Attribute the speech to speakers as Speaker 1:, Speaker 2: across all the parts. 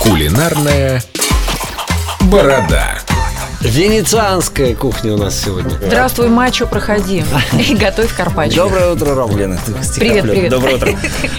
Speaker 1: Кулинарная борода.
Speaker 2: Венецианская кухня у нас сегодня.
Speaker 3: Здравствуй, мачо, проходи и готовь карпаччо.
Speaker 4: Доброе утро, Ром.
Speaker 5: Блин, это
Speaker 3: Привет, привет.
Speaker 5: Доброе утро.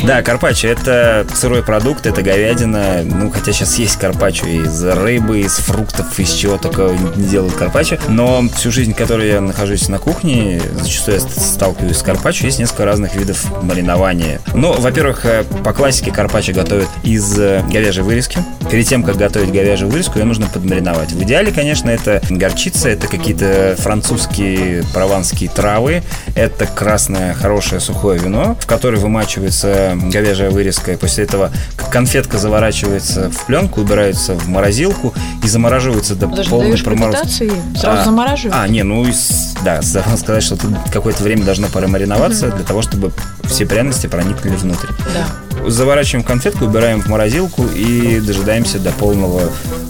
Speaker 5: Да, карпаччо – это сырой продукт, это говядина. Ну, хотя сейчас есть карпаччо из рыбы, из фруктов, из чего только не делают карпаччо. Но всю жизнь, которую я нахожусь на кухне, зачастую я сталкиваюсь с карпаччо. Есть несколько разных видов маринования. Ну, во-первых, э, по классике карпаччо готовят из э, говяжьей вырезки. Перед тем, как готовить говяжью вырезку, ее нужно подмариновать. В идеале, конечно, это горчица, это какие-то французские, прованские травы, это красное хорошее сухое вино, в которое вымачивается говяжья вырезка, и после этого к- конфетка заворачивается в пленку, убирается в морозилку и замораживается до
Speaker 3: Даже
Speaker 5: полной
Speaker 3: даешь
Speaker 5: проморозки.
Speaker 3: репутацию и сразу
Speaker 5: А,
Speaker 3: замораживаешь.
Speaker 5: А, не, ну и с- да, забыл сказать, что тут какое-то время должно промариноваться для того, чтобы все пряности проникли внутрь.
Speaker 3: Да.
Speaker 5: Заворачиваем в конфетку, убираем в морозилку и дожидаем до полного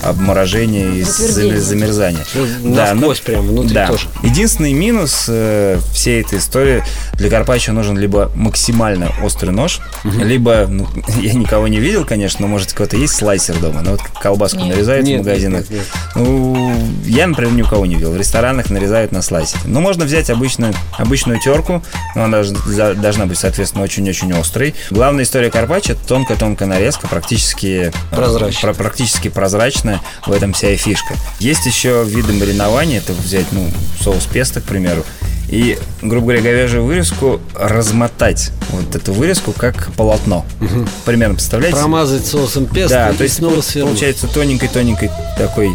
Speaker 5: обморожения и
Speaker 3: Затвердения.
Speaker 5: заме- замерзания. Да, ну,
Speaker 2: Насквозь прям внутри
Speaker 5: да.
Speaker 2: тоже.
Speaker 5: Единственный минус э, всей этой истории для карпаччо нужен либо максимально острый нож, либо ну, я никого не видел, конечно, но может у кого-то есть слайсер дома, но вот как колбаску
Speaker 3: Нет.
Speaker 5: нарезают
Speaker 2: Нет,
Speaker 5: в магазинах.
Speaker 2: нет, нет,
Speaker 5: Ну, я, например, ни у кого не видел. В ресторанах нарезают на слайсе. Ну, можно взять обычную, обычную терку, но она ж- за- должна быть, соответственно, очень-очень острой. Главная история карпаччо – тонкая-тонкая нарезка, практически э,
Speaker 2: Прозрачная.
Speaker 5: пр- практически прозрачная. В этом вся и фишка. Есть еще виды маринования. Это взять, ну, соус песто, к примеру. И, грубо говоря, говяжью вырезку размотать вот эту вырезку как полотно. Примерно представляете?
Speaker 2: Промазать соусом песто
Speaker 5: да,
Speaker 2: и
Speaker 5: то есть
Speaker 2: снова
Speaker 5: пол-
Speaker 2: свернуть.
Speaker 5: получается тоненькой-тоненькой такой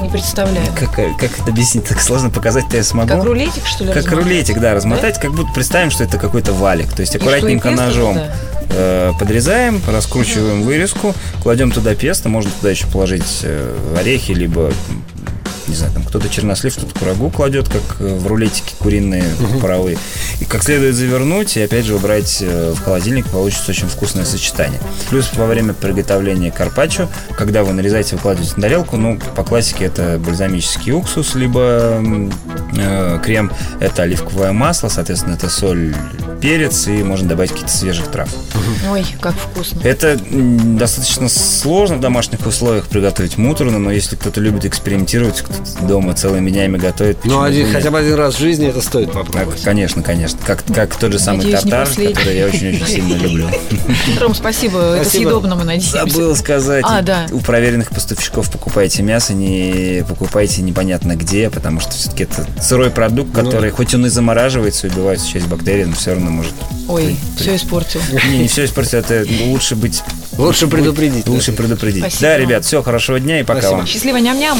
Speaker 3: Не представляю.
Speaker 5: как, как это объяснить? Так сложно показать-то я смогу.
Speaker 3: Как рулетик, что ли?
Speaker 5: Как
Speaker 3: размазать?
Speaker 5: рулетик, да, размотать, как будто представим, что это какой-то валик. То есть
Speaker 3: что
Speaker 5: аккуратненько
Speaker 3: и песто
Speaker 5: ножом
Speaker 3: туда?
Speaker 5: э, подрезаем, раскручиваем вырезку, кладем туда песто, можно туда еще положить э, орехи, либо м, не знаю, там кто-то чернослив, кто-то курагу кладет, как э, в рулетике куриные паровые. И как следует завернуть и опять же убрать э, в холодильник, получится очень вкусное сочетание. Плюс во время приготовления карпаччо, когда вы нарезаете, выкладываете на тарелку, ну, по классике это бальзамический уксус, либо м, э, крем, это оливковое масло, соответственно, это соль, перец и можно добавить каких-то свежих трав.
Speaker 3: Ой, как вкусно.
Speaker 5: Это м, достаточно сложно в домашних условиях приготовить муторно, но если кто-то любит экспериментировать, кто-то дома целыми днями готовит.
Speaker 2: Ну,
Speaker 5: почему бы
Speaker 2: один,
Speaker 5: нет?
Speaker 2: хотя бы один раз в жизни это стоит
Speaker 5: А,
Speaker 2: попробовать.
Speaker 5: Конечно, конечно. Как, как тот же самый
Speaker 3: Надеюсь, не
Speaker 5: тартар,
Speaker 3: последний.
Speaker 5: который я очень-очень сильно люблю.
Speaker 3: Ром, спасибо. Это
Speaker 2: Спасибо.
Speaker 3: съедобно, мы надеемся.
Speaker 5: Забыл сказать.
Speaker 3: А, да.
Speaker 5: У проверенных поставщиков покупайте мясо, не покупайте непонятно где, потому что все-таки это сырой продукт, который, хоть он и замораживается, убивает часть бактерий, но все равно может...
Speaker 3: Ой, все испортил.
Speaker 5: Не, не все испортить, это лучше быть...
Speaker 2: Лучше предупредить.
Speaker 5: Лучше предупредить.
Speaker 3: Спасибо.
Speaker 5: Да, ребят, все, хорошего дня и пока
Speaker 2: Спасибо.
Speaker 5: вам.
Speaker 3: Счастливо, ням-ням.